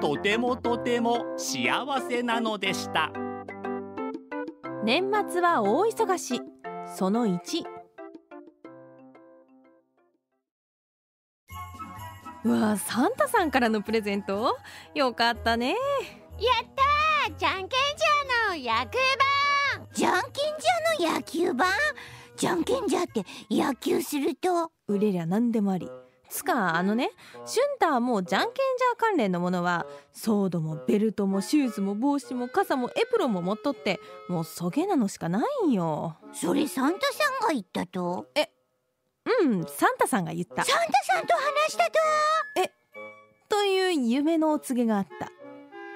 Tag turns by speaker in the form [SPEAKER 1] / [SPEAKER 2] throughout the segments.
[SPEAKER 1] とてもとても幸せなのでした
[SPEAKER 2] 年末は大忙しその1うわサンタさんからのプレゼントよかったね
[SPEAKER 3] やったーじゃんけんじゃの野球盤じゃんけんじゃの野球盤じゃんけんじゃって野球すると
[SPEAKER 2] 売れりゃ何でもありつかあのね俊太はもうじゃんけんジャー関連のものはソードもベルトもシューズも帽子も傘もエプロンも持っとってもうそげなのしかないんよ
[SPEAKER 3] それサンタさんが言ったと
[SPEAKER 2] うんサンタさんが言った
[SPEAKER 3] サンタさんと話したと
[SPEAKER 2] という夢のお告げがあった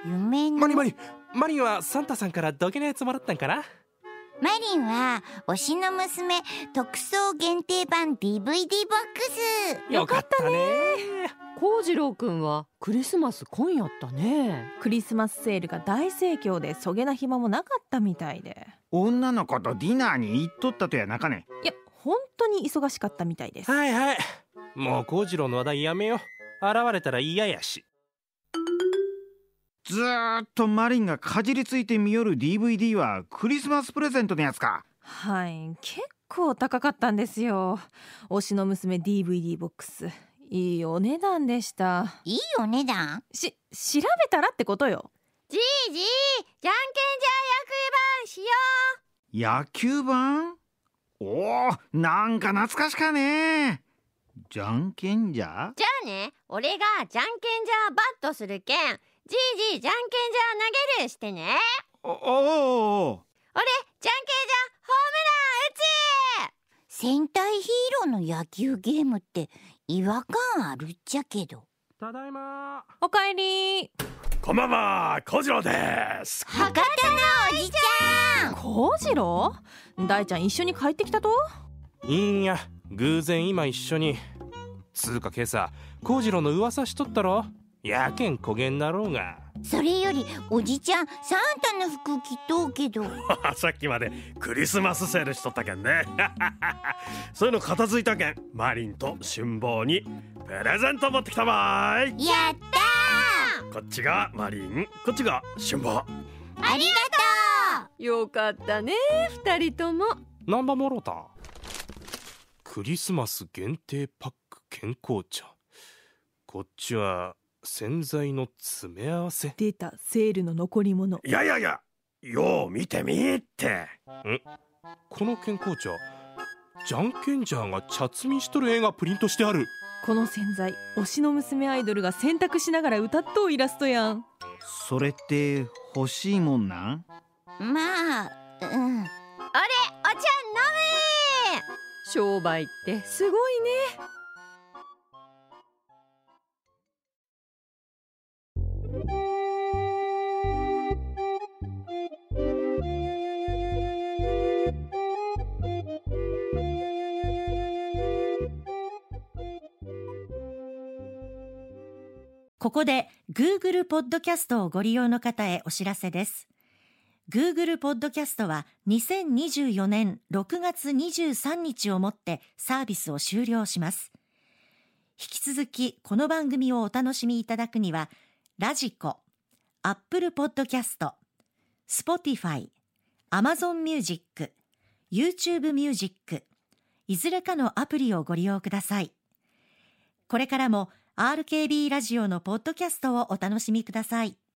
[SPEAKER 3] 夢の
[SPEAKER 4] マリマリマリンはサンタさんからどけなやつもらったんかな
[SPEAKER 3] マリンは推しの娘特装限定版 DVD ボックス
[SPEAKER 2] よかったね
[SPEAKER 4] よ
[SPEAKER 5] 幸次郎くんはクリスマス今夜ったね
[SPEAKER 2] クリスマスセールが大盛況でそげな暇もなかったみたいで
[SPEAKER 6] 女の子とディナーに行っとったとやなかね
[SPEAKER 2] いや本当に忙しかったみたいです
[SPEAKER 4] かったねはいはいもう幸次郎の話題やめよう現れたら嫌やし
[SPEAKER 6] ずーっとマリンがかじりついて見よる DVD はクリスマスプレゼントのやつか
[SPEAKER 2] はい結構高かったんですよ推しの娘 DVD ボックスいいお値段でした
[SPEAKER 3] いいお値段
[SPEAKER 2] し調べたらってことよ
[SPEAKER 3] じいじいじゃんけんじゃ野球盤しよ
[SPEAKER 6] 野球盤おおなんか懐かしかねじゃんけんじゃ
[SPEAKER 7] じゃあね俺がじゃんけんじゃバットするけんじいじいじゃんけんじゃ投げるしてね
[SPEAKER 6] おおー
[SPEAKER 7] 俺じゃんけんじゃホームラン打ち
[SPEAKER 3] 戦隊ヒーローの野球ゲームって違和感あるっちゃけど
[SPEAKER 4] ただいま
[SPEAKER 2] おかえり
[SPEAKER 8] こんばんは、小次郎です。
[SPEAKER 3] 博多のおじちゃん
[SPEAKER 2] 幸次郎大ちゃん一緒に帰ってきたと
[SPEAKER 4] いいんや偶然今一緒につうか今朝幸次郎の噂しとったろやけんこげんなろうが
[SPEAKER 3] それよりおじちゃんサンタの服着とうけど
[SPEAKER 8] さっきまでクリスマスセールしとったけんね。 そういうの片付いたけん、マリンと辛抱にプレゼント持ってきたばーい。
[SPEAKER 3] やった
[SPEAKER 8] こっちがマリン、こっちが辛抱。
[SPEAKER 3] ーありが
[SPEAKER 5] よかったね二人とも
[SPEAKER 4] ナンバもろたクリスマス限定パック健康茶こっちは洗剤の詰め合わせ
[SPEAKER 2] 出たセールの残り物
[SPEAKER 8] いやいやいや、よう見てみーって。
[SPEAKER 4] この健康茶ジャンケンジャーが茶摘みしとる絵がプリントしてある
[SPEAKER 2] この洗剤推しの娘アイドルが洗濯しながら歌っとうイラストやん
[SPEAKER 6] それって欲しいもんなん
[SPEAKER 3] とうまあうん
[SPEAKER 7] お茶飲
[SPEAKER 5] 商売ってすごいね
[SPEAKER 9] ここで Google ポッドキャストをご利用の方へお知らせです。Google ポッドキャストは2024年6月23日をもってサービスを終了します。引き続きこの番組をお楽しみいただくには、ラジコ、Apple ポッドキャスト、Spotify、Amazon Music、YouTube Music、いずれかのアプリをご利用ください。これからも RKB ラジオのポッドキャストをお楽しみください。